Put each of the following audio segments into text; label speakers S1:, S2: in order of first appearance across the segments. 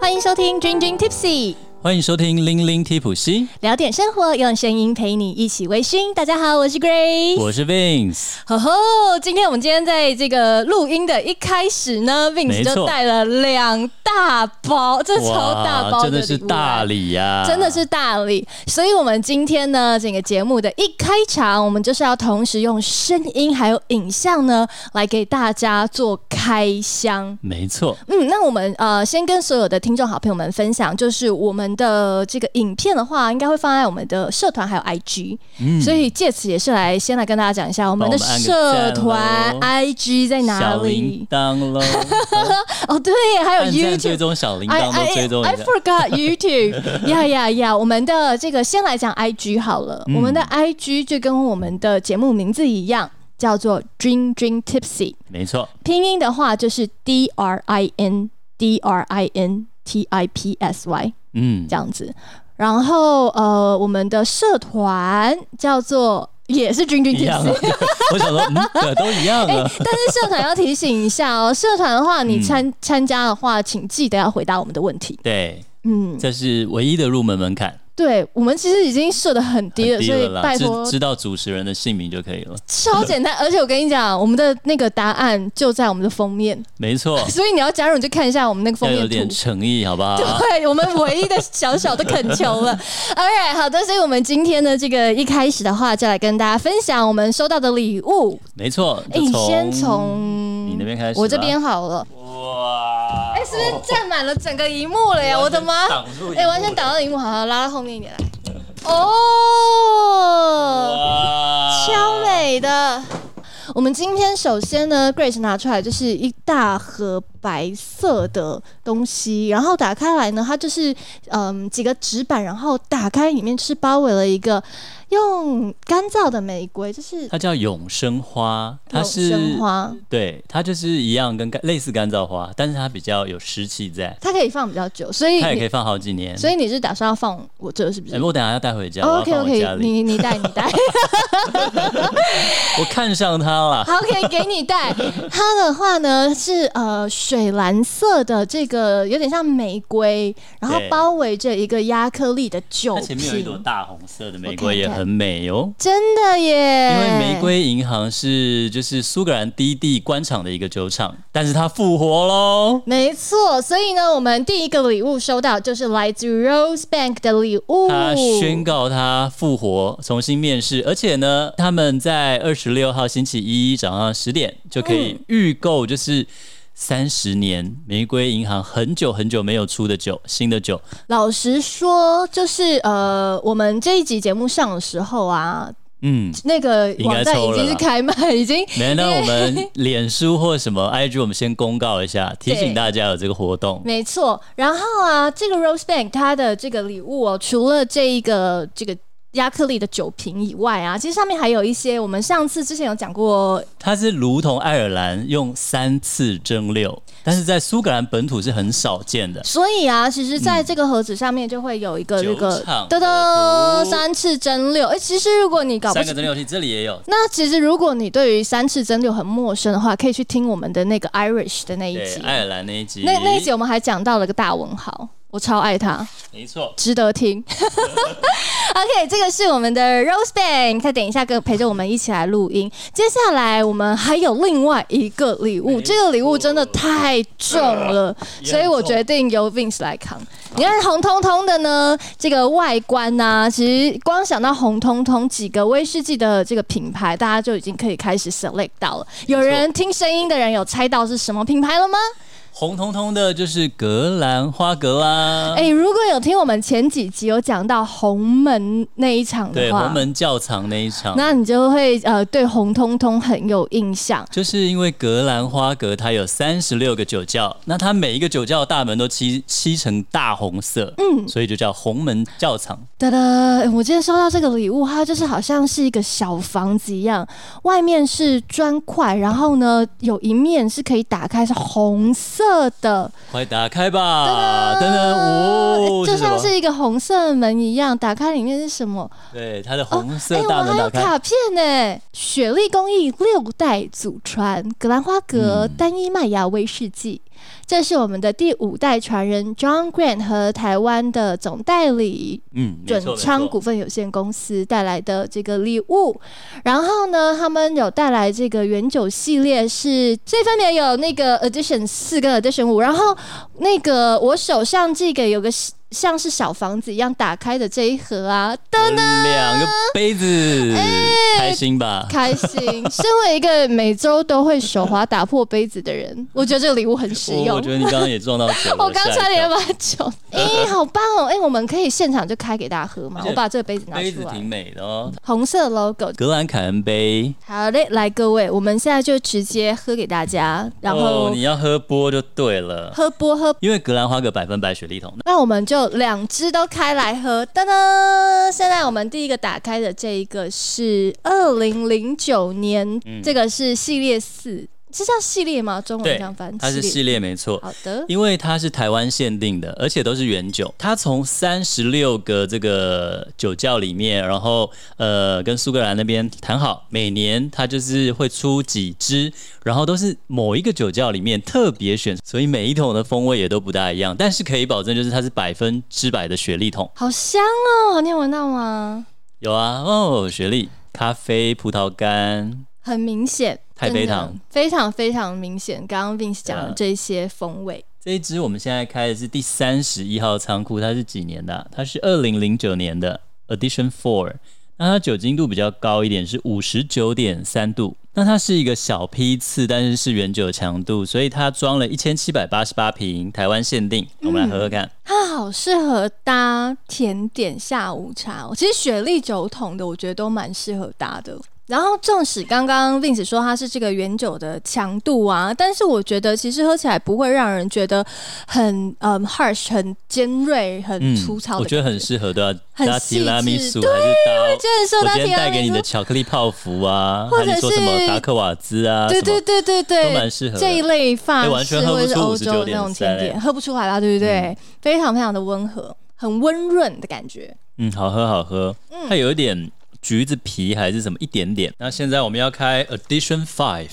S1: 欢迎收听《君君 Tipsy》，
S2: 欢迎收听《零零提普西》，
S1: 聊点生活，用声音陪你一起微醺。大家好，我是 Grace。
S2: 我是 Vince。
S1: 吼吼！今天我们今天在这个录音的一开始呢，Vince
S2: 没错
S1: 就带了两大包，这 超大包
S2: 真的
S1: 礼
S2: 是
S1: 物
S2: 大
S1: 来
S2: 礼啊呀、
S1: 真的是大礼。所以，我们今天呢，整个节目的一开场，我们就是要同时用声音还有影像呢，来给大家做开箱。
S2: 没错，
S1: 嗯，那我们呃，先跟所有的听众好朋友们分享，就是我们的这个影片的话，应该会放在我们的社团还有 IG，、所
S2: 嗯
S1: 以借此也是来先来跟大家讲一下我们的
S2: 帮我们按个
S1: 社
S2: 赞
S1: 团
S2: 喽
S1: IG 在哪
S2: 小铃
S1: 里。
S2: 铛 喽，
S1: 哦，对，还有
S2: 按赞追
S1: YouTube。哎
S2: 踪小铃
S1: I
S2: 铛都
S1: I
S2: 追踪一
S1: I
S2: 下。
S1: forgot YouTube，呀呀呀！我们的这个先来讲 IG 好了，
S2: 嗯
S1: 我们的 IG 就跟我们的节目名字一样，叫做 Dream Dream Tipsy。
S2: 没错，
S1: 拼音的话就是 D R I N D R I N T I P S Y
S2: 嗯
S1: 这，样子。然后呃，我们的社团叫做也是君君
S2: 一样
S1: Tips。
S2: 啊。 我想说，嗯，对，都一样
S1: 哎、
S2: 了。
S1: 但是社团要提醒一下哦，社团的话，你参
S2: 嗯
S1: 参加的话，请记得要回答我们的问题。
S2: 对，
S1: 嗯，
S2: 这是唯一的入门门槛，
S1: 对，我们其实已经设的很低了，
S2: 很低
S1: 所
S2: 了
S1: 以
S2: 啦，
S1: 拜
S2: 知
S1: 托，
S2: 知道主持人的姓名就可以了。
S1: 超简单。而且我跟你讲，我们的那个答案就在我们的封面，
S2: 没错，
S1: 所以你要加入你就看一下我们那个封
S2: 哦要有
S1: 面
S2: 点
S1: 图。
S2: 诚意，好不好？
S1: 对，我们唯一的小小的恳求了。OK，好的，所以我们今天的这个一开始的话，就来跟大家分享我们收到的礼物。
S2: 没错，
S1: 哎、
S2: 就
S1: 先从
S2: 你那边开始吧哦
S1: 我这边好了。
S2: 哇，
S1: 哎、是不是占满了整个荧幕了呀？我的妈！
S2: 挡住
S1: 哎、完全挡到荧幕，好好拉到后面一点 来。哦，
S2: 哇
S1: 超美的。我们今天首先呢，Grace 拿出来就是一大盒白色的东西，然后打开来呢，它就是嗯几个纸板，然后打开里面是包围了一个用干燥的玫瑰，就是
S2: 它叫永生花，它
S1: 永
S2: 是
S1: 生花，
S2: 对，它就是一样跟干类似干燥花，但是它比较有湿气在，
S1: 它可以放比较久，所以
S2: 它也可
S1: 你
S2: 以放好几年。
S1: 所以你是打算要放我这是不
S2: 哎
S1: 是？
S2: 我等一下要带回家，我
S1: o
S2: 要
S1: k
S2: 放我
S1: OK，
S2: 家里。
S1: 你你带你带，
S2: 我看上它了，
S1: 好，OK，给你带。 它的话呢是呃水蓝色的，这个有点像玫瑰，然后
S2: 对
S1: 包围着一个亚克力的酒
S2: 它前面有一朵
S1: 瓶，
S2: 大红色的玫
S1: 我
S2: 瑰，
S1: 看
S2: 也
S1: 看
S2: 很美哦。
S1: 真的耶！
S2: 因为玫瑰银行是就是苏格兰低地官场的一个酒厂，但是它复活喽。
S1: 没错，所以呢，我们第一个礼物收到就是来自 Rose Bank 的礼物，
S2: 他宣告他复活，重新面试，而且呢，他们在二十六号星期一早上十点就可以预购，就是三十年玫瑰银行很久很久没有出的酒，新的酒，
S1: 老实说，就是呃，我们这一集节目上的时候啊，
S2: 嗯。
S1: 那个网站已经是开卖，已经
S2: 没，那我们脸书或什么 IG，我们先公告一下，提醒大家有这个活动。
S1: 没错。然后啊，这个 Rose Bank 它的这个礼物哦，除了这一个这个。亚克力的酒瓶以外啊，其实上面还有一些我们上次之前有讲过，
S2: 它是如同爱尔兰用三次蒸馏，但是在苏格兰本土是很少见的。
S1: 所以啊，其实在这个盒子上面就会有一个这个
S2: 酒厂
S1: 噔
S2: 的
S1: 噔
S2: 图
S1: 三次蒸馏。哎、其实如果你搞不
S2: 三
S1: 清
S2: 个蒸馏器这里也有，
S1: 那其实，如果你对于三次蒸馏很陌生的话，可以去听我们的那个 Irish 的那一
S2: 对，
S1: 集。
S2: 爱尔兰那一集，
S1: 那那一集我们还讲到了个大文豪，我超爱他，
S2: 没错。
S1: 值得听。OK，这个是我们的 Rose Bank，他等一下跟陪着我们一起来录音。接下来我们还有另外一个礼物，
S2: 没错
S1: 这个礼物真的太重了，
S2: 哎也很重
S1: 所以我决定由 Vince 来扛。你看红彤彤的呢，这个外观呐、其实光想到红彤彤几个威士忌的这个品牌，大家就已经可以开始 select 到了。有人听声音的人有猜到是什么品牌了吗？
S2: 红彤彤的就是格兰花啊格啦，
S1: 哎、如果有听我们前几集有讲到红门那一场的
S2: 对，
S1: 话，
S2: 红门教堂那一场，
S1: 那你就会呃对红彤彤很有印象。
S2: 就是因为格兰花格它有三十六个酒窖，那它每一个酒窖的大门都漆漆成大红色，嗯，所以就叫红门教堂。
S1: 哒哒，我今天收到这个礼物，它就是好像是一个小房子一样，外面是砖块，然后呢有一面是可以打开，是红色的，
S2: 快打开吧，噔噔，哦，
S1: 哎就像
S2: 什么
S1: 是一个红色的门一样，打开里面是什么？
S2: 对它的红
S1: 哎、
S2: 色
S1: 我
S2: 大
S1: 们
S2: 门
S1: 还
S2: 打
S1: 有
S2: 开，
S1: 卡片呢、
S2: 嗯
S1: 雪莉工艺六代祖传格兰花格单一麦芽威士忌。这是我们的第五代传人 John Grant 和台湾的总代理
S2: 嗯，没
S1: 准
S2: 错没
S1: 昌
S2: 错
S1: 股份有限公司带来的这个礼物。然后呢，他们有带来这个原酒系列是，这分别有那个 Edition 四跟 Edition 五。然后那个我手上这个有个像是小房子一样打开的这一盒啊，
S2: 有两个杯子，
S1: 哎
S2: 开心 吧？
S1: 开心。身为一个每周都会手滑打破杯子的 人，我觉得这个礼物很实
S2: 我
S1: 用，
S2: 哦我。觉得你刚刚也撞到酒
S1: 我刚
S2: 吓一
S1: 差点
S2: 跳
S1: 把酒， 哎、好棒哦！哎、我们可以现场就开给大家喝嘛
S2: 而。且
S1: 我把这个杯子拿
S2: 杯
S1: 出
S2: 子
S1: 来
S2: 挺，美的哦，
S1: 红色 logo。
S2: 格兰凯恩杯。
S1: 好嘞，来各位，我们现在就直接喝给大家，然
S2: 哦、
S1: 后
S2: 你要喝波就对了，
S1: 喝波喝。
S2: 因为格兰花格百分百雪莉桶。
S1: 那我们就两支都开来喝，噔噔！现在我们第一个打开的这一个是二零零九年，
S2: 嗯
S1: 这个是系列四，这叫系列吗？中文
S2: 对
S1: 这样翻，，
S2: 它是系列没错。
S1: 好的，
S2: 因为它是台湾限定的，而且都是原酒。它从三十六个这个酒窖里面，然后呃跟苏格兰那边谈好，每年它就是会出几支，然后都是某一个酒窖里面特别选，所以每一桶的风味也都不大一样。但是可以保证，就是它是百分之百的雪莉桶。
S1: 好香哦！你有闻到吗？
S2: 有啊，哦，雪莉、咖啡、葡萄干，
S1: 很明显，
S2: 太
S1: 真
S2: 非
S1: 的
S2: 常
S1: 非常非常明显。刚刚 Vince 讲
S2: 对
S1: 的
S2: 啊
S1: 这些风味，
S2: 这一支我们现在开的是第三十一号仓库，它是几年的啊、它是二零零九年的 Edition Four。那它酒精度比较高一点，是五十九点三度。那它是一个小批次，但是是原酒强度，所以它装了一千七百八十八瓶，台湾限定。我们来喝喝看。
S1: 它好适合搭甜点、下午茶、哦。其实雪莉酒桶的，我觉得都蛮适合搭的。然后，纵使刚刚 Vince 说它是这个原酒的强度啊，但是我觉得其实喝起来不会让人觉得很嗯 harsh、很尖锐、很嗯粗糙的
S2: 嗯我
S1: 感
S2: 觉得很适合，对吧、
S1: 很
S2: 搭
S1: 细
S2: 提拉米
S1: 致
S2: 苏啊
S1: 对
S2: 还是搭？
S1: 真的适合
S2: 我
S1: 搭
S2: 今
S1: 提
S2: 天
S1: 拉
S2: 带给
S1: 米
S2: 你
S1: 苏
S2: 的巧克力泡芙啊，
S1: 或
S2: 还
S1: 者
S2: 是说什么
S1: 是
S2: 达克瓦兹啊，
S1: 对
S2: 什
S1: 对
S2: 么
S1: 对对对，
S2: 都蛮适合的
S1: 这一类法
S2: 哎完
S1: 式
S2: 全喝不
S1: 或者是
S2: 出
S1: 欧洲的那种
S2: 59.3
S1: 甜点，喝不出来吧？对不对？
S2: 嗯
S1: 非常非常的温和，很温润的感觉。
S2: 嗯，好喝好喝，
S1: 嗯
S2: 它有一点橘子皮还是什么一点点。那现在我们要开 Edition Five，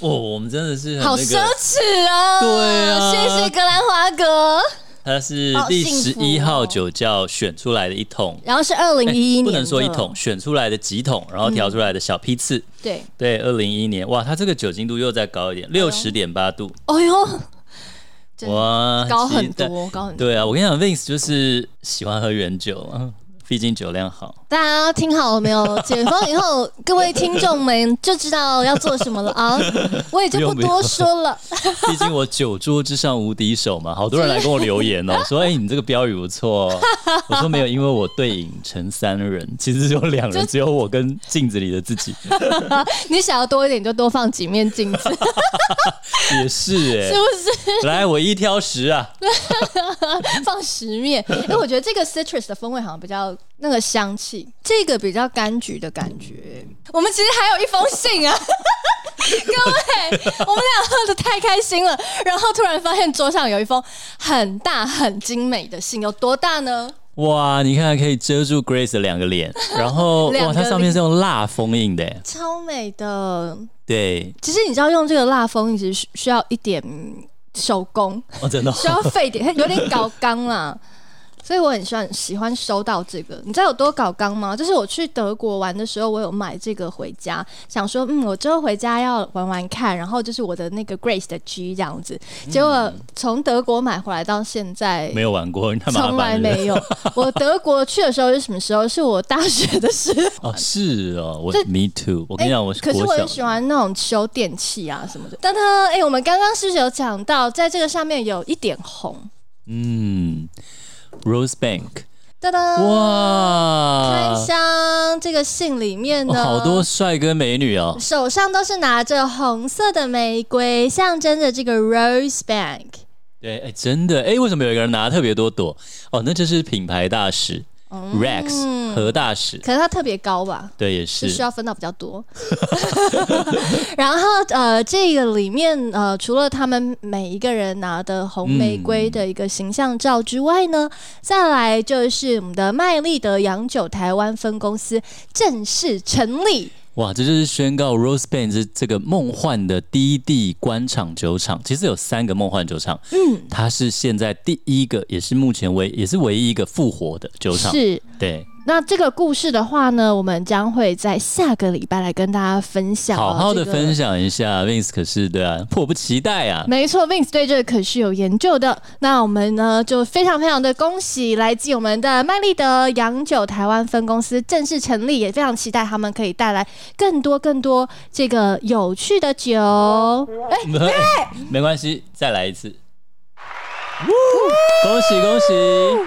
S2: 哦，我们真的是
S1: 好
S2: 很那
S1: 奢
S2: 个，
S1: 侈啊！
S2: 对啊
S1: 谢谢格兰华格。
S2: 它是
S1: 好
S2: 第十
S1: 幸福
S2: 一
S1: 哦
S2: 号酒窖选出来的一桶，
S1: 然后是二零
S2: 哎
S1: 一一年，
S2: 不能说一桶，，选出来的几桶，然后调出来的小批次。
S1: 对，
S2: 对，二零一一年，哇，它这个酒精度又再高一点，六十点八度，
S1: 哎呦，真的
S2: 哇，
S1: 高很
S2: 期待。
S1: 多，高很多。
S2: 对啊，我跟你讲，Vince 就是喜欢喝原酒啊，毕竟酒量好。
S1: 大家听好了没 有？解封以后，各位听众们就知道要做什么了啊！我也就不
S2: 不用
S1: 多说了。
S2: 毕竟我酒桌之上无敌手嘛，好多人来跟我留言 哦，说哎、你这个标语不错、哦。我说没有，因为我对影成三人，其实只有两人，只有我跟镜子里的自 己。
S1: 你想要多一点，就多放几面镜 子，
S2: 也是哎、
S1: 是不是？
S2: 来我一挑十啊，
S1: 放十面，因为我觉得这个 citrus 的风味好像比较那个香气，这个比较柑橘的感觉。我们其实还有一封信啊， 各位，我们俩喝的太开心了，然后突然发现桌上有一封很大很精美的信，有多大呢？
S2: 哇，你看可以遮住 Grace 的两个脸，然后
S1: 两个
S2: 哇，它上面是用蜡封印的、
S1: 超美的。
S2: 对，
S1: 其实你知道用这个蜡封，其实需需要一点手工，
S2: 哦，真的哦、
S1: 需要费 点，有点搞刚啦。所以我很喜欢喜欢收到这个，你知道有多搞刚吗？就是我去德国玩的时候，我有买这个回家，想说，嗯，我之后回家要玩玩看，然后就是我的那个 Grace 的 G 这样子。结果从德国买回来到现在，
S2: 没有玩过，你太麻
S1: 从来
S2: 烦了。
S1: 没有。我德国去的时候是什么时候？是我大学的时候。
S2: 哦，是哦，我
S1: 这哎
S2: Me too，我跟你讲，我是
S1: 可是
S2: 国
S1: 我
S2: 小
S1: 很喜欢那种修电器啊什么的。但它，哎、我们刚刚是不是有讲到，在这个上面有一点红？
S2: 嗯，Rose Bank，
S1: 噔噔，
S2: 哇，
S1: 开箱这个信里面
S2: 呃哦
S1: 呢，
S2: 好多帅哥美女哦。
S1: 手上都是拿着红色的玫瑰，象征着这个 Rose Bank。
S2: 对，哎，真的，哎，为什么有一个人拿特别多朵？哦，那就是品牌大使、Rex
S1: 哦
S2: 何大使，
S1: 可是它特别高吧，
S2: 对，也
S1: 就是啊需要分到比较多。 然后呃，这个里面呃，除了他们每一个人拿的红玫瑰的一个形象照之外呢，再来就是我们的麦利德洋酒台湾分公司正式成立。
S2: 哇，这就是宣告 Rose Band 这这个梦幻的低地官场酒厂，其实有三个梦幻酒厂，嗯，它是现在第一个，也是目前唯也是唯一一个复活的酒厂，
S1: 是。
S2: 对，
S1: 那这个故事的话呢，我们将会在下个礼拜来跟大家分享、哦
S2: 好好的分
S1: 享。
S2: 享一下、Vince，可是对啊，迫不及待啊，
S1: 没错，Vince 对这个可是有研究的。那我们呢，就非常非常的恭喜来自我们的麦利德洋酒台湾分公司正式成立，也非常期待他们可以带来更多更多这个有趣的酒。哎、
S2: 没关系，再来一次。恭喜恭喜！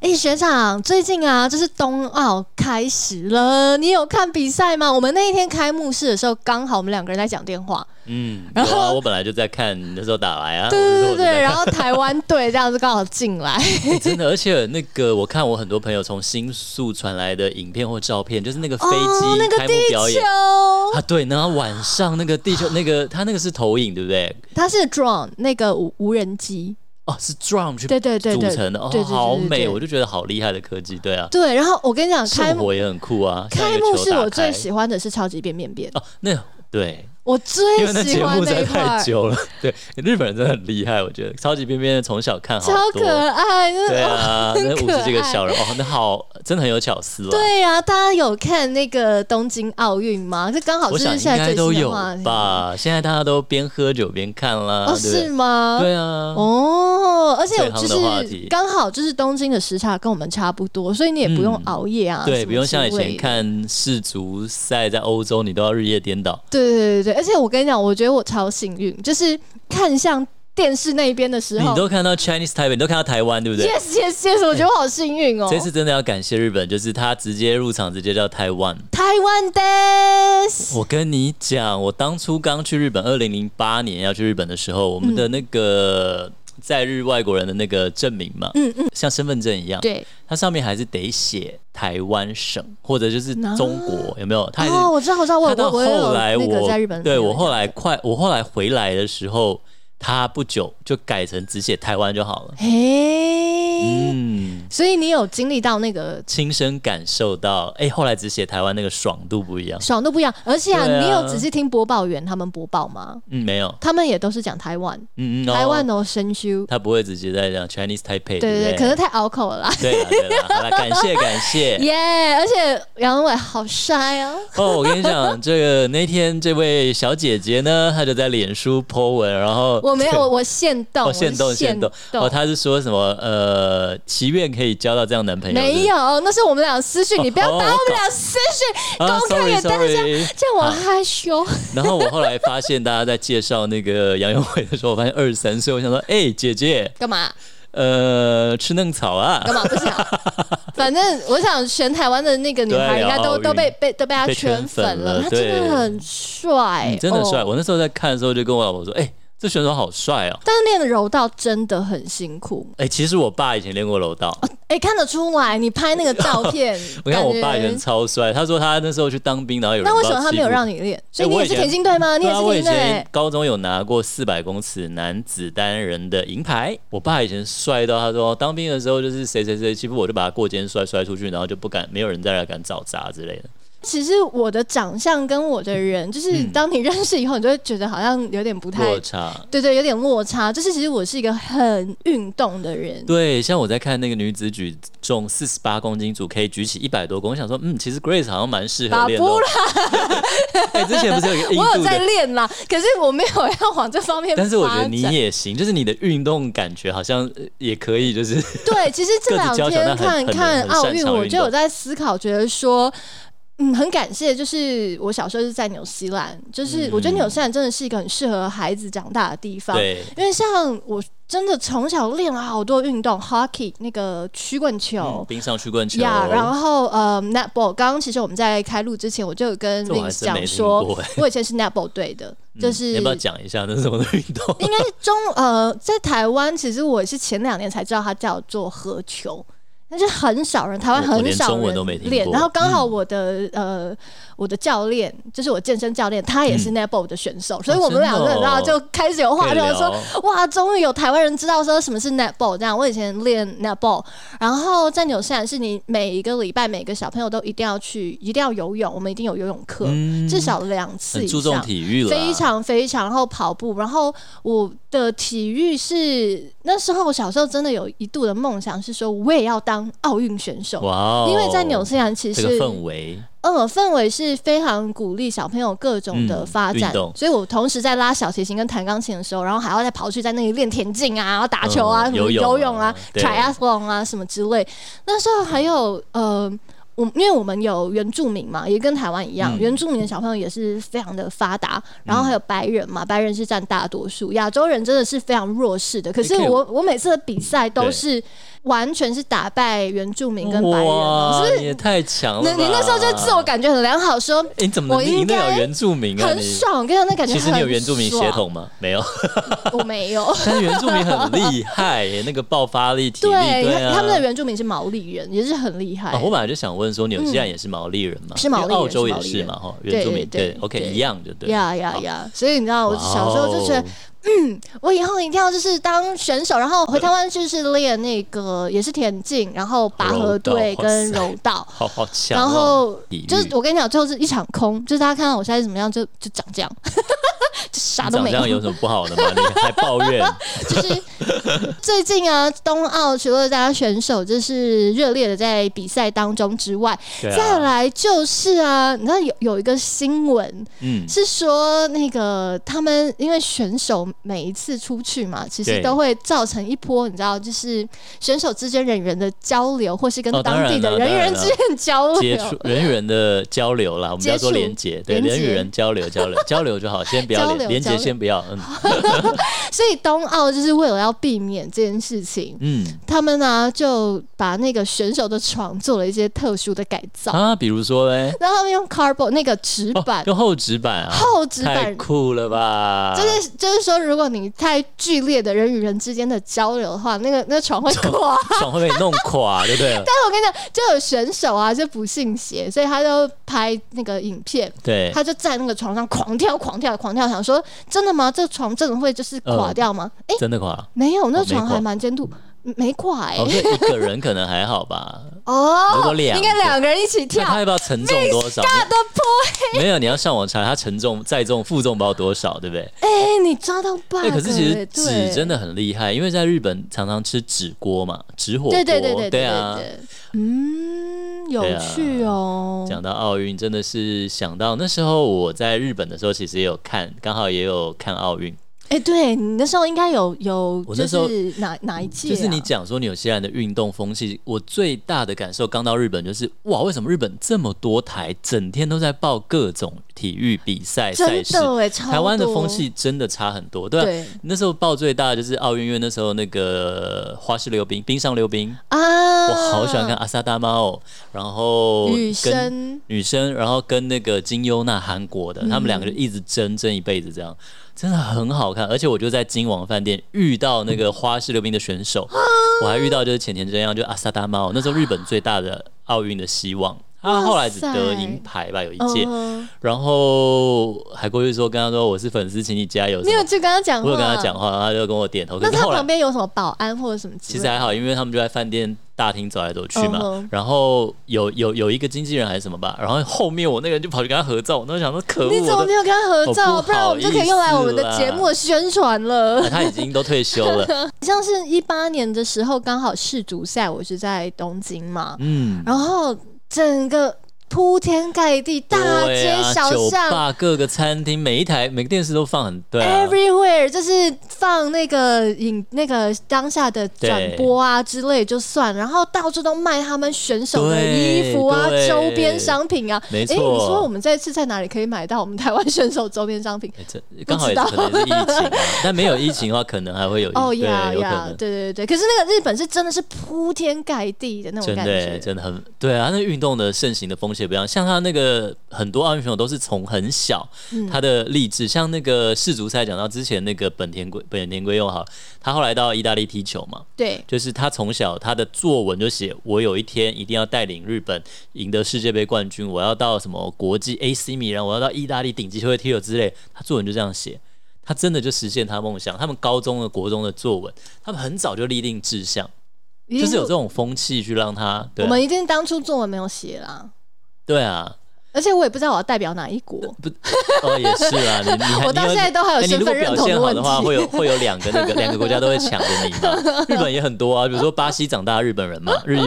S1: 哎、学长，最近啊，就是冬奥开始了，你有看比赛吗？我们那一天开幕式的时候，刚好我们两个人在讲电话。
S2: 嗯，
S1: 然后
S2: 有啊，我本来就在看你那时候打来啊，
S1: 对对
S2: 我就说我就
S1: 对，
S2: 在
S1: 然后台湾队这样子刚好进 来，
S2: 看真的，而且那个我看我很多朋友从新宿传来的影片或照片，就是那个飞
S1: 哦，那
S2: 机
S1: 个
S2: 开幕
S1: 地
S2: 表演、
S1: 球，
S2: 啊，对，然后晚上那个 地球那个他那个是投影对不对？
S1: 它是 drone 那个无无人机，
S2: 哦，是 drum 去
S1: 对对对
S2: 组
S1: 对，
S2: 成的，哦
S1: 对，对对
S2: 好
S1: 对对
S2: 美，我就觉得好厉害的科技，对啊，
S1: 对。然后我跟你讲，开
S2: 圣
S1: 幕
S2: 火也很酷啊，像一
S1: 开
S2: 个
S1: 幕
S2: 球
S1: 式
S2: 打
S1: 我最
S2: 开
S1: 喜欢的是超级变变变，
S2: 哦，那对，
S1: 我最
S2: 因为那
S1: 喜
S2: 节
S1: 欢
S2: 目实
S1: 那
S2: 在
S1: 一块
S2: 太
S1: 儿，
S2: 久了。对，日本人真的很厉害，我觉得超级变变从小看好
S1: 超
S2: 多。
S1: 可爱， 真
S2: 对
S1: 的
S2: 啊，
S1: 很
S2: 那五十几个
S1: 可爱
S2: 小人哦，那好，真的很有巧思了。哦
S1: 哦对呀、大家有看那个东京奥运吗？这刚好就
S2: 我
S1: 是
S2: 想
S1: 现
S2: 应
S1: 在
S2: 该
S1: 最
S2: 都
S1: 新的
S2: 有
S1: 话题？
S2: 吧。现在大家都边喝酒边看啦，
S1: 哦，
S2: 对不对
S1: 是吗？
S2: 对啊，
S1: 哦，而且
S2: 最
S1: 我
S2: 夯
S1: 就
S2: 的话
S1: 是
S2: 题
S1: 刚好就是东京的时差跟我们差不多，所以你也不用
S2: 嗯
S1: 熬夜啊，
S2: 对，
S1: 什么
S2: 不用像以
S1: 之类
S2: 前
S1: 的。
S2: 看世足赛在欧洲，你都要日夜颠倒。
S1: 对对对对，而且我跟你讲，我觉得我超幸运，就是看向电视那边的时
S2: 你
S1: 候
S2: 都看到 Chinese Taipei，你都看到台湾，对不对？
S1: ，yes yes yes，我觉得我好幸运哦。
S2: 这次真的要感谢日本，就是他直接入场，直接叫台湾。
S1: 台湾 dance，
S2: 我跟你讲，我当初刚去日本，二零零八年要去日本的时候，我们
S1: 嗯
S2: 的那个在日外国人的那个证明嘛，
S1: 嗯嗯，
S2: 像身份证一样，
S1: 对，
S2: 它上面还是得写台湾省或者就是中国，有没有？它还是
S1: 哦，我知道我知道，我
S2: 它
S1: 有
S2: 到
S1: 我我
S2: 后来
S1: 有那个
S2: 我
S1: 在日本的朋
S2: 对
S1: 友
S2: 我后
S1: 讲
S2: 来
S1: 的，
S2: 快我后来回来的时候，它不久就改成只写台湾就好了。
S1: 嘿，
S2: 嗯，
S1: 所以你有经历到那个
S2: 亲身感受到，哎、后来只写台湾那个爽度不一样。
S1: 爽都不一样，而且啊，
S2: 对啊
S1: 你有仔细听播报员他们播报吗？
S2: 嗯，没有，
S1: 他们也都是讲台湾，
S2: 嗯嗯，
S1: 台湾
S2: 哦，
S1: 哦，深修，
S2: 他不会直接在讲 Chinese Taipei，对
S1: 对
S2: 不
S1: 对对，
S2: 对，
S1: 可能太拗口了啦。
S2: 对了对了，好了，感谢感 谢。
S1: 耶而且杨伟好帅哦，
S2: 哦，我跟你讲，这个那天这位小姐姐呢，她就在脸书 po 文，然后
S1: 我没有，我我现动，
S2: 哦，
S1: 我
S2: 限动限动，哦，她是说什么呃，祈愿可以交到这样男朋友，
S1: 没有，哦那是我们俩私讯，你不要
S2: 哦
S1: 打我
S2: 哦
S1: 们俩私讯，
S2: 啊
S1: 公开给大家，
S2: ，sorry，sorry
S1: 这样我害羞。
S2: 然后我后来发现大家在介绍那个杨永伟的时候，我发现二十三岁，我想说，哎、姐姐，
S1: 干嘛？
S2: 呃，吃嫩草啊，
S1: 干嘛不 想？反正我想全台湾的那个女孩
S2: 对
S1: 应该都
S2: 奥运
S1: 都被被都被他
S2: 被圈
S1: 圈
S2: 粉
S1: 粉了，
S2: 了
S1: 他真
S2: 对
S1: 的很帅、
S2: 嗯你真的很帅。
S1: 哦
S2: 我那时候在看的时候，就跟我老婆说，哎、这选手好帅哦。
S1: 但是练柔道真的很辛苦，
S2: 哎、其实我爸以前练过柔道，
S1: 哎、看得出来，你拍那个照片
S2: ，我看我爸以
S1: 感觉
S2: 前超帅。他说他那时候去当兵，然后有人
S1: 那为什么他没有让
S2: 你？
S1: 你练？所以
S2: 哎
S1: 你
S2: 我
S1: 也
S2: 以
S1: 是
S2: 前
S1: 田径队吗？你也
S2: 对啊，
S1: 是欸
S2: 我以
S1: 田径
S2: 前
S1: 队。
S2: 高中有拿过四百公尺男子单人的银牌。我爸以前帅到他说，当兵的时候就是谁谁谁欺负我，就把他过肩摔摔出去，然后就不敢，没有人再来敢找茬之类的。
S1: 其实我的长相跟我的人，就是当你认识以后，你就会觉得好像有点不太
S2: 嗯落差。
S1: 对对，有点落差。就是其实我是一个很运动的人，
S2: 对，像我在看那个女子举重四十八公斤组可以举起一百多公，我想说，嗯，其实 Grace 好像蛮适合
S1: 打
S2: 练的
S1: 不
S2: 哦。哎、之前不是有一个印
S1: 我有
S2: 度
S1: 在
S2: 的，
S1: 练啦，可是我没有要往这方面发展。
S2: 但是我觉得你也行，就是你的运动感觉好像呃也可以，就是
S1: 对，其实这
S2: 个子
S1: 两
S2: 娇小
S1: 天
S2: 但很
S1: 看
S2: 很
S1: 看
S2: 很
S1: 奥
S2: 擅
S1: 运，
S2: 长
S1: 我
S2: 运
S1: 就有
S2: 动
S1: 在思考，觉得说。嗯，很感谢，就是我小时候是在纽西兰，
S2: 嗯
S1: 就是我觉得纽西兰真的是一个很适合孩子长大的地方，
S2: 对
S1: 因为像我真的从小练了好多运动，hockey 那个曲棍
S2: 嗯
S1: 球。
S2: 冰上曲棍球。
S1: 呀然后呃、n e t b a l l 刚刚其实我们在开录之前，我就有跟
S2: 这我还
S1: Vince
S2: 真没
S1: 讲
S2: 听
S1: 说
S2: 过欸，
S1: 我以前是 netball 队的，就
S2: 嗯
S1: 是
S2: 要不要讲一下那是什么运动？
S1: 应该是中呃，在台湾，其实我也是前两年才知道它叫做合球。那就很少人，台湾
S2: 我我
S1: 很
S2: 连
S1: 少
S2: 中文
S1: 人
S2: 都没听
S1: 练。
S2: 过
S1: 然后刚好我的、呃，我的教练就是我健身教练，他也是 Netball 的选手，所以我们
S2: 真的
S1: 两个人
S2: 嗯哦
S1: 然后就开始有话
S2: 可以
S1: 聊
S2: 聊
S1: 说，哇，终于有台湾人知道说什么是 Netball。这样，我以前练 Netball，然后在纽西兰是你每一个礼拜每个小朋友都一定要去，一定要游泳，我们一定有游泳课，
S2: 嗯
S1: 至少两次
S2: 很
S1: 以
S2: 注重
S1: 上。
S2: 体育了，啊
S1: 非常非常，然后跑步，然后我的体育是那时候小时候真的有一度的梦想是说我也要当奥运选手，
S2: 哇哦！
S1: 因为在纽西兰其
S2: 这
S1: 实
S2: 个氛围，
S1: 嗯氛围是非常鼓励小朋友各种的
S2: 嗯
S1: 发展
S2: 运，动
S1: 所以我同时在拉小提琴跟弹钢琴的时候，然后还要再跑去在那里练田径啊，然后打球啊，
S2: 嗯
S1: 什么
S2: 游泳啊
S1: 游泳啊、
S2: 对
S1: triathlon 啊什么之类。那时候还有呃。我因为我们有原住民嘛，也跟台湾一样，
S2: 嗯
S1: 原住民的小朋友也是非常的发达，然后还有白人嘛，白人是占大多数，亚洲人真的是非常弱势的。可是
S2: 你可以
S1: 我我每次的比赛都
S2: 对
S1: 是完全是打败原住民跟白人哦，
S2: 哇，
S1: 是不
S2: 你
S1: 是？
S2: 也太强了
S1: 你
S2: 吧！
S1: 你那时候就自我感觉很良好，说
S2: 诶，你怎么
S1: 我
S2: 能赢
S1: 应
S2: 得
S1: 该
S2: 了原住民啊？
S1: 很
S2: 你
S1: 爽，跟那感觉很
S2: 其实你有原住民血
S1: 爽，
S2: 统吗？没 有，
S1: 我没有。
S2: 但原住民很厉害耶，那个爆发力、体力，
S1: 对，
S2: 对啊。
S1: 他们的原住民是毛利人，也是很厉害。
S2: 哦我本来就想问说，纽西兰也是毛利人嘛？
S1: 嗯是毛利人
S2: 因为澳洲也
S1: 是毛利
S2: 是
S1: 人
S2: 嘛？哈，原住民
S1: 对对对
S2: ，OK，
S1: 对
S2: 一样就对。
S1: 呀呀呀！所以你知道，我小时候就觉得
S2: 哇哦，
S1: 我以后一定要就是当选手，然后回台湾就是练那个也是田径，然后拔河队
S2: 柔道
S1: 跟柔道。
S2: 好好强哦。
S1: 然后
S2: 体育
S1: 就是我跟你讲，最后是一场空，就是大家看到我现在是怎么样，就就长这样， 就啥
S2: 你
S1: 都
S2: 长
S1: 没
S2: 这样有什么不好的吗？你还抱 怨？
S1: 就是最近啊，冬奥除了大家选手就是热烈的在比赛当中之外，
S2: 对啊
S1: 再来就是啊，你知道有有一个新闻
S2: 嗯，
S1: 是说那个他们因为选手每一次出去嘛，其实
S2: 对
S1: 都会造成一波你知道，就是选手之间人与人的交流，或是跟
S2: 哦当
S1: 当地
S2: 然
S1: 的
S2: 啦
S1: 人与
S2: 当然
S1: 人
S2: 啦
S1: 之间的交
S2: 接
S1: 流。
S2: 触人与人的交流啦，我们不要说
S1: 哦接触
S2: 连接，对，
S1: 连结
S2: 人与人交流交流 交流就好，先不要
S1: 交流
S2: 连连
S1: 交
S2: 接，
S1: 流
S2: 先不要，嗯
S1: 所以冬奥就是为了要避免这件事情，
S2: 嗯
S1: 他们呢、就把那个选手的床做了一些特殊的改造。
S2: 啊，比如说嘞，
S1: 然后他们用 cardboard 那个纸
S2: 哦
S1: 板，
S2: 用厚纸板啊，
S1: 厚纸板
S2: 太酷了吧？
S1: 就是 就是说，如果你太剧烈的人与人之间的交流的话，那个那个床会垮。
S2: 爽会被你弄垮，对不对？
S1: 但我跟你讲，就有选手啊，就不信邪，所以他就拍那个影片，
S2: 对，
S1: 他就在那个床上狂跳、狂跳、狂跳，想说真的吗？这床真的会就是垮掉吗？诶，
S2: 真的垮。
S1: 没有，那
S2: 呃哦没
S1: 床还
S2: 垮
S1: 蛮坚固，没垮哎、
S2: 哦，所以一个人可能还好吧？如
S1: 哦
S2: 果，两
S1: 应该两个人一起
S2: 那
S1: 跳
S2: 他，要不要承重 多少？
S1: 大的坡，
S2: 没有，你要上网查他承重、载重、负重包多少，对不对？
S1: 哎、你抓到 bug 欸
S2: 对，
S1: 了、
S2: 可是其实纸
S1: 对
S2: 真的很厉害，因为在日本常常吃纸锅嘛，纸火锅，
S1: 对对对对
S2: 对
S1: 对
S2: 啊。
S1: 对，嗯，有
S2: 对啊
S1: 趣哦。
S2: 讲到奥运，真的是想到那时候我在日本的时候，其实也有看，刚好也有看奥运。
S1: 哎、对你那时候应该有有，
S2: 我
S1: 就
S2: 那时候
S1: 是哪哪一届、啊？
S2: 就是你讲说纽西兰的运动风气，我最大的感受刚到日本就是哇，为什么日本这么多台，整天都在报各种体育比赛赛
S1: 真
S2: 事？
S1: 的哎，超
S2: 台湾的
S1: 多
S2: 风气真的差很多，对吧、
S1: 对
S2: 那时候报最大的就是奥运，因为那时候那个花式溜冰、冰上溜冰，
S1: 啊，
S2: 我好喜欢看阿萨大妈哦，然后
S1: 女
S2: 跟
S1: 生
S2: 女生，然后跟那个金优娜韩国
S1: 嗯
S2: 的，他们两个就一直争争一辈子，这样真的很好看。而且我就在金王饭店遇到那个花式溜冰的选手，
S1: 啊
S2: 我还遇到就是浅田真央，就阿萨大猫，那时候日本最大的奥运的希望。他后来只得银牌吧，有一届，
S1: 嗯
S2: 然后还过去说跟他说我是粉丝，请你加油什
S1: 你有
S2: 么。
S1: 去跟他讲话？
S2: 我有跟他讲。话，然后他就跟我点头。可
S1: 那
S2: 是
S1: 他
S2: 后来
S1: 旁边有什么保安或者什么之
S2: 其
S1: 类
S2: 实
S1: 的？
S2: 还好，因为他们就在饭店大厅走来走去嘛。
S1: 嗯哼
S2: 然后有有有一个经纪人还是什么吧，然后后面我那个人就跑去跟他合照，我当时想说可恶，
S1: 你怎么
S2: 我
S1: 没
S2: 都
S1: 有跟他
S2: 我
S1: 合照？
S2: 不
S1: 不然我们就可以用来我们的节目的宣传了
S2: 啊。 他已经都退休了。
S1: 像是一八年的时候，刚好世足赛，我是在东京嘛，
S2: 嗯，
S1: 然后整个铺天盖地，大
S2: 对
S1: 街
S2: 啊
S1: 小
S2: 酒
S1: 巷、
S2: 吧、各个餐厅、每一台每个电视都放很对、啊。
S1: everywhere 就是放那个影那个当下的转播啊之类就算，然后到处都卖他们选手的衣服啊、
S2: 对对
S1: 周边商品啊。
S2: 没错
S1: 诶你说我们这次在哪里可以买到我们台湾选手周边商品？
S2: 哎这刚好也是可能是疫 情、啊，但没有疫情的话，可能还会有一
S1: 哦
S2: 对，
S1: 呀
S2: 有可
S1: 呀，
S2: 能。
S1: 对对对，可是那个日本是真的是铺天盖地的那种
S2: 真
S1: 感
S2: 的
S1: 觉
S2: 耶，真的很对啊！那运动的盛行的风气也不一样，像他那个很多
S1: 嗯
S2: 奥运选手都是从很小，他的励志，像那个世足赛讲到之前那个本田圭本田圭佑好，他后来到意大利踢球嘛，
S1: 对，
S2: 就是他从小他的作文就写，我有一天一定要带领日本赢得世界杯冠军，我要到什么国际 AC 米兰，我要到意大利顶级球队踢球之类，他作文就这样写。他真的就实现他梦想。他们高中的、国中的作文，他们很早就立定志向，就是有这种风气去让他。对
S1: 我
S2: 啊
S1: 们一定当初作文没有写啦，
S2: 对啊，
S1: 而且我也不知道我要代表哪一国。
S2: 不，哦，也是啊， 你你还
S1: 我到
S2: 你有
S1: 现在都还有
S2: 哎你
S1: 身
S2: 如果
S1: 份认
S2: 表
S1: 同
S2: 现
S1: 的
S2: 好
S1: 问
S2: 的话，
S1: 题
S2: 会有会有两个那个两个国家都会抢着你嘛。日本也很多啊，比如说巴西长大的日本人嘛，日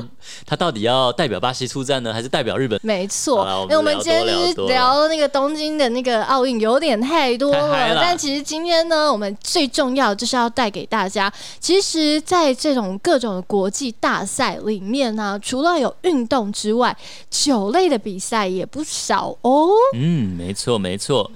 S2: 他到底要代表巴西出战呢，还是代表日本？
S1: 没错哎
S2: 好啦我，们
S1: 那我们
S2: 聊
S1: 今天
S2: 多
S1: 就
S2: 聊
S1: 是
S2: 多了
S1: 聊那个东京的那个奥运有点太多
S2: 太嗨
S1: 了，
S2: 了
S1: 但其实今天呢，我们最重要就是要带给大家，其实，在这种各种国际大赛里面呢、除了有运动之外，酒类的比赛也不少哦。
S2: 嗯，没错没错。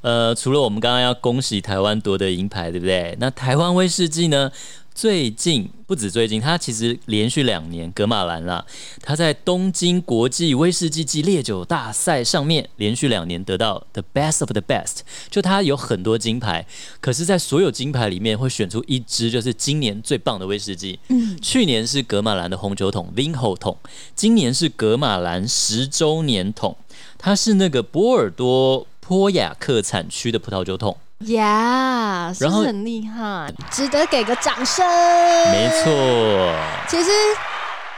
S2: 呃，除了我们刚刚要恭喜台湾夺得银牌，对不对？那台湾威士忌呢？最近不止最近，它其实连续两年，格马兰啦，它在东京国际威士忌暨烈酒大赛上面连续两年得到 the best of the best，就它有很多金牌，可是，在所有金牌里面会选出一支就是今年最棒的威士忌。嗯，去年是格马兰的红酒桶 Vinho 桶，今年是格马兰十周年桶。它是那个波尔多波雅克产区的葡萄酒桶，
S1: 呀、是不
S2: 然后
S1: 是很厉害？值得给个掌声。
S2: 没错。
S1: 其实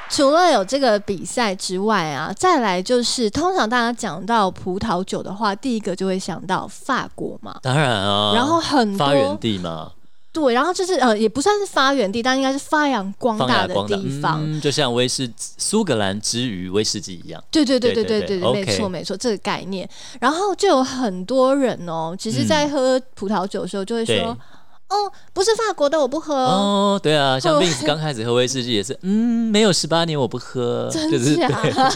S1: 除了有这个比赛之外啊，再来就是通常大家讲到葡萄酒的话，第一个就会想到法国嘛。
S2: 当然啊，
S1: 然后很
S2: 发源
S1: 多
S2: 地嘛，
S1: 对，然后就是呃，也不算是发源地，但应该是发扬光
S2: 放
S1: 大
S2: 大
S1: 的
S2: 光大
S1: 地方。
S2: 嗯，就像威士苏格兰之于威士忌一样。
S1: 对对对对
S2: 对
S1: 对
S2: 对
S1: 对
S2: 对
S1: 对，
S2: OK
S1: 没错没错，这个概念。然后就有很多人哦，其实，在喝葡萄酒的时候就会
S2: 对
S1: 说，哦，不是法国的我不喝哦，
S2: 嗯哦，对啊，像
S1: 哦
S2: Vince 刚开始喝威士忌也是，嗯，没有十八年我不喝，
S1: 真
S2: 就是
S1: 假
S2: 对，就是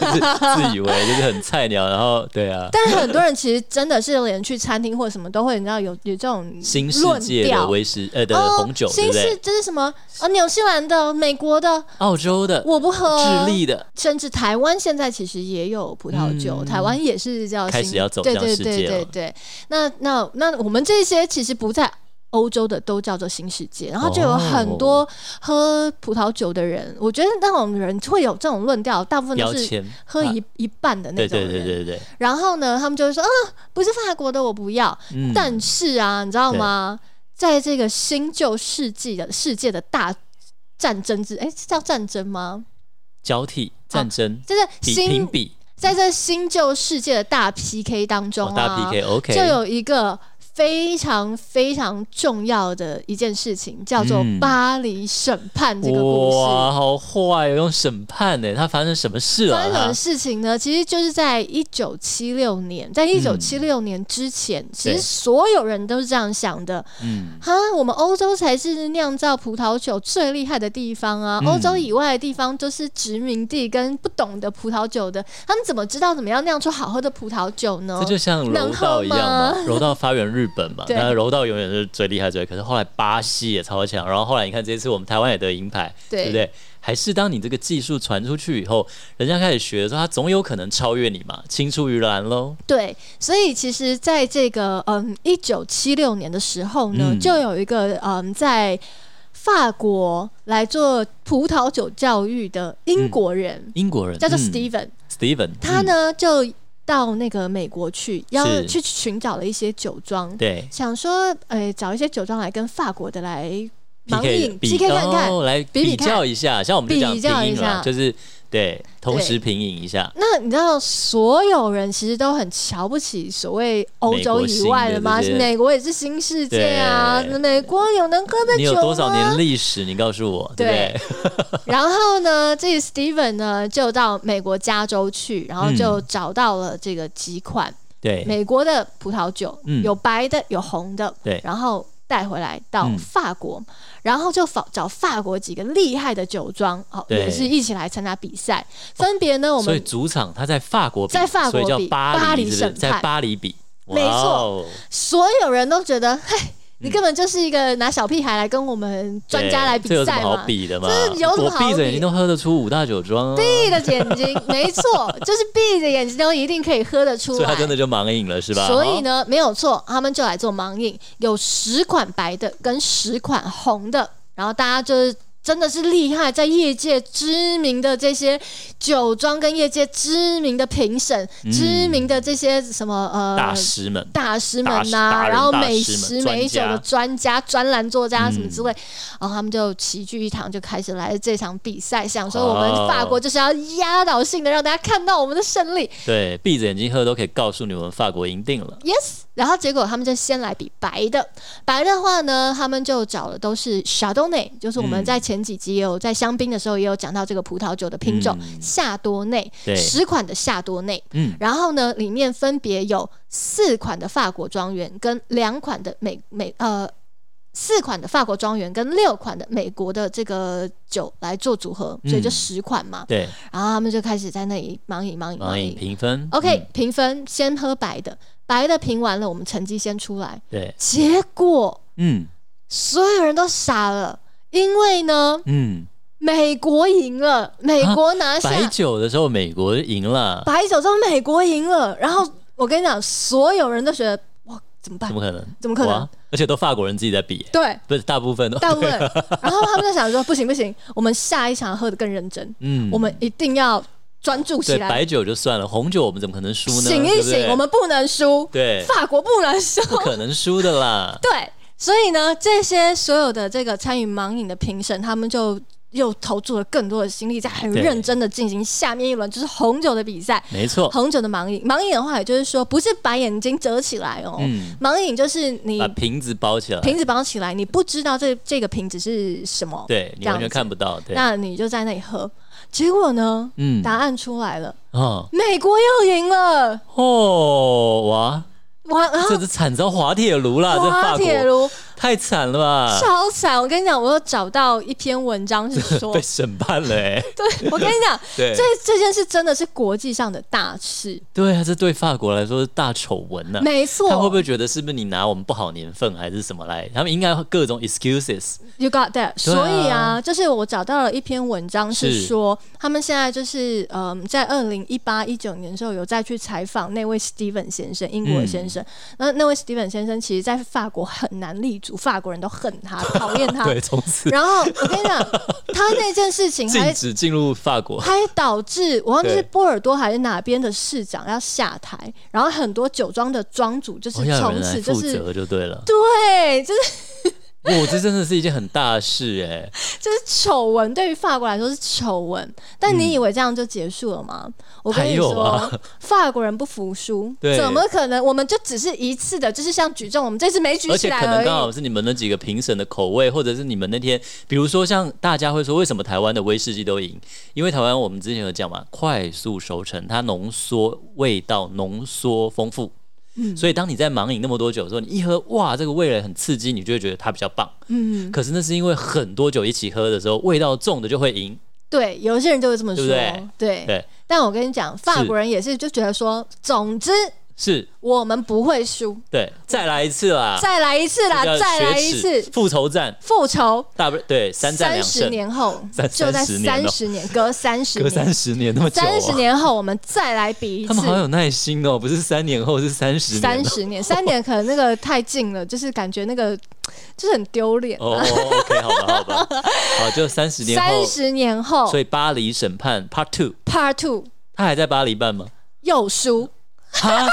S2: 自以为就是很菜鸟，然后对啊，
S1: 但是很多人其实真的是连去餐厅或什么都会，你知道有有这种
S2: 新世
S1: 论
S2: 界的
S1: 调
S2: 威士呃的
S1: 哦，
S2: 红酒，对
S1: 新
S2: 不
S1: 式
S2: 对？
S1: 这是什么？哦，纽西兰的、美国的，
S2: 澳洲的、
S1: 我不喝。
S2: 智利的，
S1: 甚至台湾现在其实也有葡萄酒，
S2: 嗯
S1: 台湾也是叫新
S2: 开始要走
S1: 对
S2: 向
S1: 对
S2: 世
S1: 对
S2: 界
S1: 对
S2: 了
S1: 对。那那那我们这些其实不在。欧洲的都叫做新世界，然后就有
S2: 哦
S1: 很多喝葡萄酒的人，我觉得那种人会有这种论调，大部分都
S2: 标
S1: 是
S2: 签，啊
S1: 喝一、一半的那
S2: 对
S1: 种
S2: 对
S1: 人。
S2: 对对对，
S1: 然后呢，他们就会说啊，不是法国的我不要，
S2: 嗯
S1: 但是啊，你知道吗？在这个新旧世纪的世界的大战争之，哎、是叫战争吗？
S2: 交替战争。
S1: 就是
S2: 比评
S1: 新
S2: 比
S1: 在这新旧世界的大 PK 当中
S2: 哦，
S1: 啊，
S2: 大 PK OK，
S1: 就有一个非常非常重要的一件事情，叫做
S2: 嗯
S1: 巴黎审判这个故事。
S2: 哇，好坏哦，用审判呢？他发生什么事了、
S1: 发生什
S2: 啊
S1: 么？事情呢？其实就是在一九七六年，在一九七六年之前，其实
S2: 嗯对
S1: 所有人都是这样想的。
S2: 他嗯，
S1: 哈，我们欧洲才是酿造葡萄酒最厉害的地方啊！
S2: 嗯
S1: 欧、洲以外的地方都是殖民地跟不懂得葡萄酒的，他们怎么知道怎么样酿出好喝的葡萄酒呢
S2: 这？就像柔道一样嘛
S1: 能，
S2: 柔道发源日本嘛，
S1: 对
S2: 那柔道永远是最厉害最厉害。可是后来巴西也超强，然后后来你看这次我们台湾也得银牌，
S1: 对
S2: 对不对？还是当你这个技术传出去以后，人家开始学的时候，他总有可能超越你嘛，青出于蓝喽。
S1: 对，所以其实在这个嗯一九七六年的时候呢，
S2: 嗯
S1: 就有一个嗯在法国来做葡萄酒教育的英国人，
S2: 英国人
S1: 叫做
S2: 嗯
S1: Steven，、
S2: Steven，
S1: 他
S2: 嗯、
S1: 呢就到那个美国去，要
S2: 是
S1: 去寻找了一些酒庄。
S2: 嗯对
S1: 想说，呃，找一些酒庄来跟法国的来盲
S2: PK
S1: 饮 PK 看看。
S2: 哦来
S1: 比比看
S2: 较一下，像我们就讲
S1: 比较一
S2: 平饮
S1: 下
S2: 啦，就是对，同时平饮一下。
S1: 那你知道，所有人其实都很瞧不起所谓欧洲以外的吗？
S2: 美国
S1: 是
S2: 新的这些
S1: 美国也是新世界啊，
S2: 对
S1: 美国有能喝的
S2: 你
S1: 酒
S2: 有
S1: 吗？
S2: 多少年历史？你告诉我，对不对？
S1: 然后呢，这个 Steven 呢就到美国加州去，然后就找到了这个几款
S2: 嗯对，
S1: 美国的葡萄酒，
S2: 嗯
S1: 有白的，有红的，
S2: 对
S1: 然后带回来到
S2: 嗯
S1: 法国，然后就找找法国几个厉害的酒庄，哦，
S2: 对哦
S1: 也是一起来参加比赛。分别呢，我
S2: 所以
S1: 们
S2: 主场他在法国比，
S1: 在法国
S2: 所
S1: 比
S2: 以叫
S1: 巴
S2: 巴
S1: 黎
S2: 黎，是不
S1: 审
S2: 是？
S1: 判
S2: 在巴黎比，
S1: 没错
S2: 哇哦，
S1: 所有人都觉得，嘿，你根本就是一个拿小屁孩来跟我们专家来比
S2: 这有什
S1: 赛
S2: 么好
S1: 嘛。
S2: 比的嘛？
S1: 这有什么
S2: 我
S1: 好
S2: 闭着眼
S1: 比
S2: 睛都喝得出五大酒庄啊，
S1: 闭着眼睛，没错，就是闭着眼睛都一定可以喝得出
S2: 所以
S1: 来。
S2: 他真的就盲饮了，是吧？
S1: 所以呢，没有错，他们就来做盲饮，有十款白的跟十款红的，然后大家就是。真的是厉害，在业界知名的这些酒庄跟业界知名的评审、知名的这些什么呃
S2: 哦，大师们，
S1: 大师们
S2: 大师
S1: 呐、
S2: 达人
S1: 然后
S2: 大
S1: 美
S2: 师们
S1: 食
S2: 专
S1: 美酒
S2: 家
S1: 的专家、专栏作家什么
S2: 嗯
S1: 之类，然后他们就齐聚一堂，就开始来这场比赛，想说我们
S2: 哦
S1: 法国就是要压倒性的让大家看到我们的胜利
S2: 对，闭着眼睛喝都可以告诉你们法国赢定了。
S1: ，yes。然后结果他们就先来比白的，白的话呢，他们就找的都是 Chardonnay，就是我们
S2: 嗯
S1: 在前几集也有在香槟的时候也有讲到这个葡萄酒的品种、
S2: 嗯
S1: 夏多内，
S2: 对
S1: 十款的夏多内，
S2: 嗯，
S1: 然后呢，里面分别有四款的法国庄园跟两款的美美呃四款的法国庄园跟六款的美国的这个酒来做组合，所以就
S2: 嗯
S1: 十款嘛。
S2: 对，
S1: 然后他们就开始在那里盲饮盲饮
S2: 盲
S1: 盲
S2: 饮
S1: 饮。
S2: 评分
S1: OK，
S2: 嗯
S1: 评分先喝白的，白的评完了，我们成绩先出来。
S2: 嗯对，
S1: 结果
S2: 嗯
S1: 所有人都傻了，因为呢，
S2: 嗯，
S1: 美国赢了，美
S2: 啊
S1: 国拿下、
S2: 白酒的时候美国赢了，
S1: 白酒之后美国赢了，然后我跟你讲，所有人都觉得哇，怎么办
S2: 怎？么可能？
S1: 怎么可能
S2: 哇？而且都法国人自己在比，
S1: 对，
S2: 不是大部分都
S1: 大部分。然后他们就想说，不行不行，我们下一场喝得更认真，
S2: 嗯
S1: 我们一定要专注起
S2: 对
S1: 来，
S2: 白酒就算了，红酒我们怎么可能输呢？
S1: 醒一
S2: 对不对
S1: 醒，我们不能输，
S2: 对
S1: 法国不能输，。
S2: 不可能输的啦
S1: 对。所以呢，这些所有的这个参与盲饮的评审，他们就又投注了更多的心力，在很
S2: 对
S1: 认真的进行下面一轮就是红酒的比赛。
S2: 没错，
S1: 红酒的盲饮，盲饮的话，也就是说不是把眼睛遮起来哦，
S2: 嗯
S1: 盲饮就是你
S2: 把瓶子包起来，
S1: 瓶子包起来，你不知道这这个瓶子是什么，
S2: 对你
S1: 这样
S2: 完全
S1: 子
S2: 看不到，对，
S1: 那你就在那里喝。结果呢，
S2: 嗯，
S1: 答案出来了，
S2: 哦
S1: 美国又赢了，
S2: 哦哇，
S1: 哇！然后
S2: 这是惨遭滑铁卢啦，这
S1: 啊滑
S2: 法
S1: 铁
S2: 国啊
S1: 卢
S2: 太惨了吧？
S1: 超惨！我跟你讲，我又找到一篇文章是说
S2: 被，审判了哎、
S1: 对我跟你讲，
S2: 对
S1: 这这件事真的是国际上的大事，
S2: 对啊，这对法国来说是大丑闻啊呐、
S1: 没
S2: 嗯他会不
S1: 错
S2: 会觉得是不是你拿我们不好年份还是什么来？他们应该有各种 excuses，
S1: ，You got that。
S2: 对啊
S1: 所以啊，就是我找到了一篇文章是
S2: 是
S1: 说，他们现在就是嗯，在二零一八一九年的时候有再去采访那位 Steven 先生，英国
S2: 嗯
S1: 先生。那那位 Steven 先生其实在法国很难立足，法国人都恨 他，讨厌他。
S2: 对，从此
S1: 然后我跟你讲，他那件事情还
S2: 禁止进入法国。
S1: 还导致我忘记是
S2: 对
S1: 波尔多还是哪边的市长要下台，然后很多酒庄的庄主就是
S2: 哦，要有
S1: 从
S2: 人来
S1: 此就
S2: 负
S1: 是、
S2: 责就对 了。
S1: 对，就是
S2: 哇，这真的是一件很大的事哎、
S1: 就是丑闻，对于法国来说是丑闻。但你以为这样就结束了吗？我跟你
S2: 嗯还有
S1: 说，
S2: 啊
S1: 法国人不服输，
S2: 对
S1: 怎么可能？我们就只是一次的，就是像举重，我们这次没举
S2: 而
S1: 起
S2: 且
S1: 来
S2: 可能
S1: 已。
S2: 刚好是你们那几个评审的口味，或者是你们那天，比如说像大家会说，为什么台湾的威士忌都赢？因为台湾我们之前有讲嘛，快速熟成，它浓缩味道，浓缩丰富。
S1: 嗯
S2: 所以当你在盲饮那么多酒的时候，你一喝哇，这个味蕾很刺激，你就会觉得它比较棒。
S1: 嗯，
S2: 可是那是因为很多酒一起喝的时候，味道重的就会赢。
S1: 对，有些人就会这么说，
S2: 对不对
S1: 哎
S2: 啊对，
S1: 但我跟你讲，法国人也是就觉得说，总之
S2: 是，
S1: 我们不会输，
S2: 对，再来一次啦，
S1: 再来一次啦，
S2: 啊这叫
S1: 再来一
S2: 雪耻
S1: 次，
S2: 复仇战，
S1: 复仇。
S2: 大不对三战
S1: 三
S2: 两
S1: 十
S2: 胜，
S1: 年后
S2: 三，
S1: 就在
S2: 30
S1: 三
S2: 年哦
S1: 十年，隔三十
S2: 隔三
S1: 年，
S2: 十年那么久、啊，
S1: 三十年后我们再来比一
S2: 他们好
S1: 次。
S2: 有耐心哦，不是三年后是三十年
S1: 三
S2: 哦。
S1: 十年， 三年可能那个太近了，就是感觉那个就是很丢脸。
S2: 哦、o k 好吧，好吧，好，就三十年
S1: 三
S2: 后，
S1: 十哦年后
S2: 所以巴黎审判 Part Two，
S1: ，Part Two
S2: 他还在巴 黎办吗？
S1: 又 输，
S2: 哈，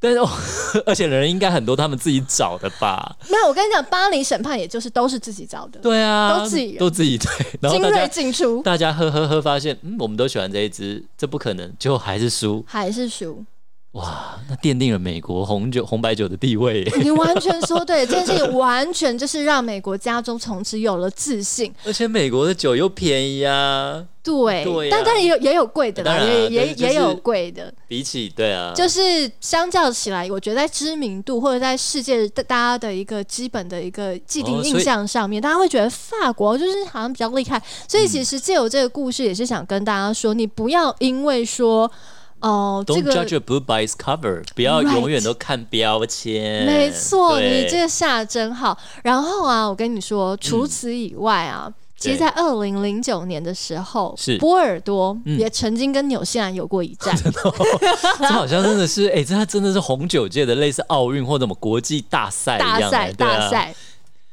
S2: 但是、哦、 而且人应该很多，他们自己找的吧？
S1: 没有，我跟你讲，巴黎审判也就是都是自己找的，
S2: 对啊，
S1: 都自己人
S2: 都自己对，然后
S1: 精
S2: 大
S1: 锐
S2: 家
S1: 进出
S2: 大家喝喝喝，发现嗯，我们都喜欢这一支，这不可能，就还是输
S1: 还是输。
S2: 哇！那奠定了美国红酒红白酒的地 位耶，
S1: 你完全说对，这件事情完全就是让美国加州从此有了自信。
S2: 而且美国的酒又便宜啊，
S1: 对，
S2: 对
S1: 但
S2: 呀
S1: 但也有也有贵的啦，
S2: 当然啊
S1: 也也
S2: 对就是
S1: 也有贵的，
S2: 比起对啊，
S1: 就是相较起来，我觉得在知名度或者在世界大大家的一个基本的一个既定
S2: 哦所以
S1: 印象上面，大家会觉得法国就是好像比较厉害。所以其实借由这个故事，也是想跟大家说，你不要因为说。哦，这
S2: Don't
S1: 个
S2: judge a book by its cover，不要
S1: Right
S2: 永远都看标签。
S1: 没错，
S2: 对
S1: 你这个下得真好。然后啊，我跟你说，除此以外啊，其实，
S2: 对
S1: 在二零零九年的时候，
S2: 嗯是
S1: 波尔多
S2: 嗯
S1: 也曾经跟纽西兰有过一 战。
S2: 这好像真的是，哎、这它真的是红酒界的类似奥运或者什么国际大赛
S1: 大
S2: 一样、
S1: 赛
S2: 哎对啊
S1: 大赛。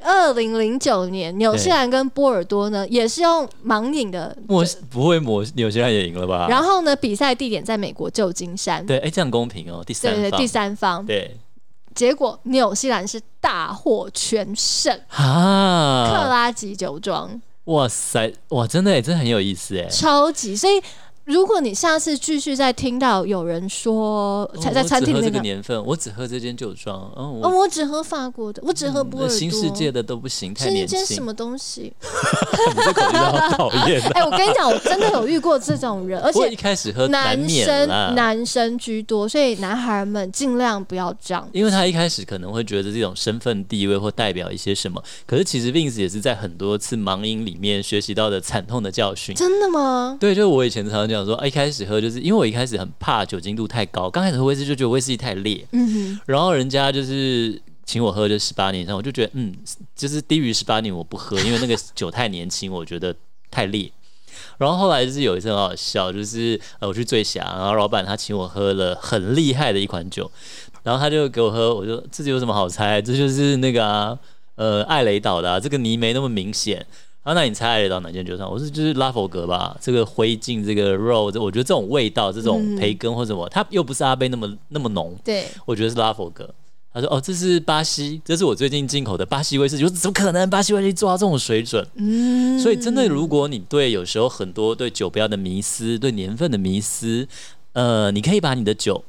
S1: 二零零九年，纽西兰跟波尔多呢也是用盲饮的，
S2: 摩不会摩纽西兰也赢了吧？
S1: 然后呢比赛地点在美国旧金山，
S2: 啊对，哎、这样公平哦，第三
S1: 对对
S2: 方，
S1: 对第三方，
S2: 对
S1: 结果纽西兰是大获全胜，克
S2: 啊，
S1: 拉吉酒庄
S2: 哇塞，哇，真的哎，真的很有意思哎。
S1: 超级，所以。如果你下次继续再听到有人说，才在
S2: 哦
S1: 餐厅
S2: 我只喝
S1: 里
S2: 这个
S1: 面，
S2: 年份，我只喝这间酒庄。嗯，我
S1: 哦，我只喝法国的，我只喝
S2: 嗯
S1: 波尔多，
S2: 新世界的都不行，太
S1: 是一
S2: 年轻。
S1: 间 什么东西？
S2: 你这口音好讨 厌啊！
S1: 哎、我跟你讲，我真的有遇过这种 人，而
S2: 不过
S1: 且
S2: 一开始喝难
S1: 男
S2: 免
S1: 生
S2: 啦
S1: 男生居多，所以男孩们尽量不要这样。
S2: 因为他一开始可能会觉得这种身份地位或代表一些什么，可是其实 Vince 也是在很多次盲饮里面学习到的惨痛的教训。
S1: 真的吗？
S2: 对，就是我以前常常讲说，啊一开始喝就是因为我一开始很怕酒精度太高，刚开始喝威士忌就觉得威士忌太烈，
S1: 嗯
S2: 然后人家就是请我喝就十八年以上，我就觉得嗯，就是低于十八年我不喝，因为那个 酒太年轻，我觉得太烈。然后后来就是有一次很好笑，就是呃我去醉侠，然后老板他请我喝了很厉害的一款酒，然后他就给我喝，我就这有什么好猜？这就是那个啊，呃，艾雷岛的、啊，这个泥没那么明显。啊，那你猜艾雷岛哪间酒厂？我是就是拉佛格吧，这个灰烬，这个肉，这我觉得这种味道，这种培根或什么，它又不是阿贝那么那么浓，
S1: 哼，对，
S2: 我觉得是拉佛格。他说：“哦，这是巴西，这是我最近进口的巴西威士忌。”我说：“怎么可能？巴西威士忌做到这种水准？”
S1: 嗯，
S2: 所以真的，如果你对有时候很多对酒标的迷思、对年份的迷思，呃，你可以把你的酒，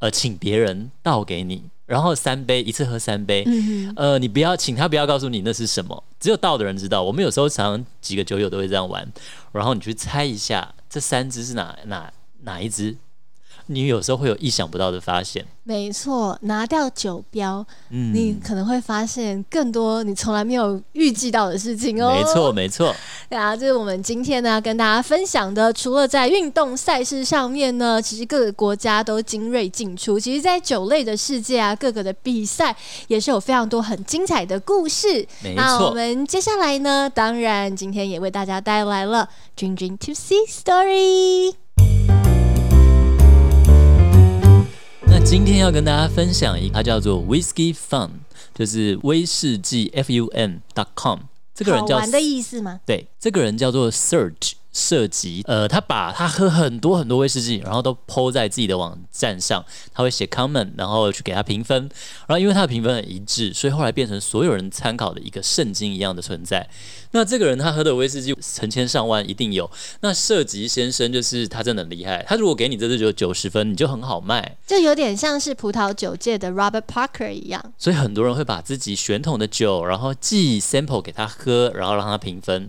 S2: 呃，请别人倒给你，然后三杯，一次喝三杯。
S1: 嗯
S2: 呃，你不要，请他不要告诉你那是什么，只有倒的人知道。我们有时候常几个酒友都会这样玩，然后你去猜一下这三支是哪哪哪一支，你有时候会有意想不到的发现。
S1: 哼，没错，拿掉酒标，
S2: 嗯，
S1: 你可能会发现更多你从来没有预计到的事情哦。
S2: 没错，没错，
S1: 对啊，这是我们今天呢要跟大家分享的。除了在运动赛事上面呢，其实各个国家都精锐尽出。其实，在酒类的世界啊，各个的比赛也是有非常多很精彩的故事。
S2: 没
S1: 那我
S2: 错。
S1: 们接下来呢，当然今天也为大家带来了《君君 To See Story》。
S2: 那今天要跟大家分享一个，它叫做 Whisky Fun，就是威士忌 fun.com。这个人
S1: 好
S2: 叫
S1: 玩的意思吗？
S2: 对，这个人叫做 Serge 涉及，呃，他把他喝很多很多威士忌，然后都 PO 在自己的网站上，他会写 comment，然后去给他评分，然后因为他的评分很一致，所以后来变成所有人参考的一个圣经一样的存在。那这个人他喝的威士忌成千上万一定有，那涉及先生就是他真的很厉害，他如果给你这支酒九十分，你就很好卖，
S1: 就有点像是葡萄酒界的 Robert Parker 一样。
S2: 所以很多人会把自己选桶的酒，然后寄 sample 给他喝，然后让他评分。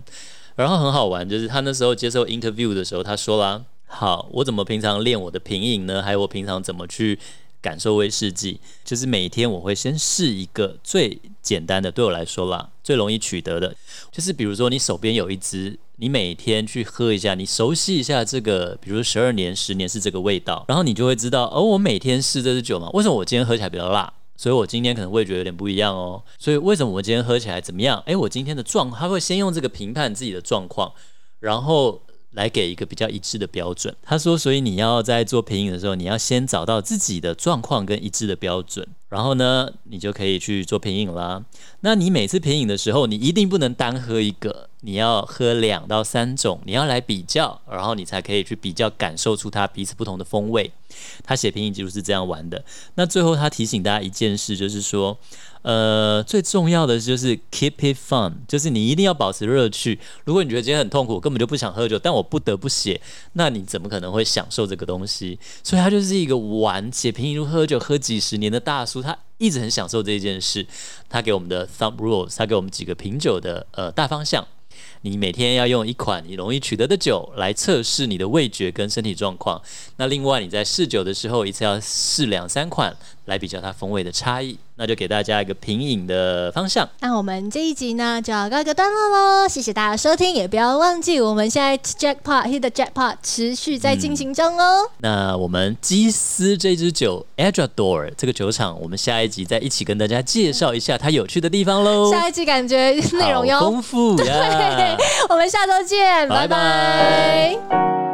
S2: 然后很好玩，就是他那时候接受 interview 的时候，他说啦：“好，我怎么平常练我的品饮呢？还有我平常怎么去感受威士忌？就是每天我会先试一个最简单的，对我来说啦，最容易取得的，就是比如说你手边有一支，你每天去喝一下，你熟悉一下这个，比如十二年、十年是这个味道，然后你就会知道，哦，我每天试这支酒嘛，为什么我今天喝起来比较辣？所以我今天可能味觉有点不一样哦。所以为什么我今天喝起来怎么样？诶，我今天的状，他会先用这个评判自己的状况，然后。来给一个比较一致的标准。他说，所以你要在做品饮的时候，你要先找到自己的状况跟一致的标准，然后呢，你就可以去做品饮啦。那你每次品饮的时候，你一定不能单喝一个，你要喝两到三种，你要来比较，然后你才可以去比较感受出它彼此不同的风味。他写品饮记录是这样玩的。那最后他提醒大家一件事，就是说，呃，最重要的就是 keep it fun，就是你一定要保持乐趣。如果你觉得今天很痛苦，我根本就不想喝酒，但我不得不写，那你怎么可能会享受这个东西？所以他就是一个玩写品饮记录喝酒喝几十年的大叔，他一直很享受这件事。他给我们的 thumb rules，他给我们几个品酒的呃大方向。你每天要用一款你容易取得的酒来测试你的味觉跟身体状况。那另外你在试酒的时候，一次要试两三款，来比较它风味的差异。那就给大家一个品饮的方向。
S1: 那我们这一集呢就要告一个段落喽，谢谢大家收听，也不要忘记我们现在 jackpot hit the jackpot 持续在进行中哦。
S2: 那我们基斯这支酒 a d r a d o r 这个酒厂，我们下一集再一起跟大家介绍一下它有趣的地方喽。
S1: 下一集感觉内容
S2: 嗯好
S1: 要，
S2: 丰富呀！
S1: 我们下周见，
S2: 拜
S1: 拜
S2: 拜
S1: 拜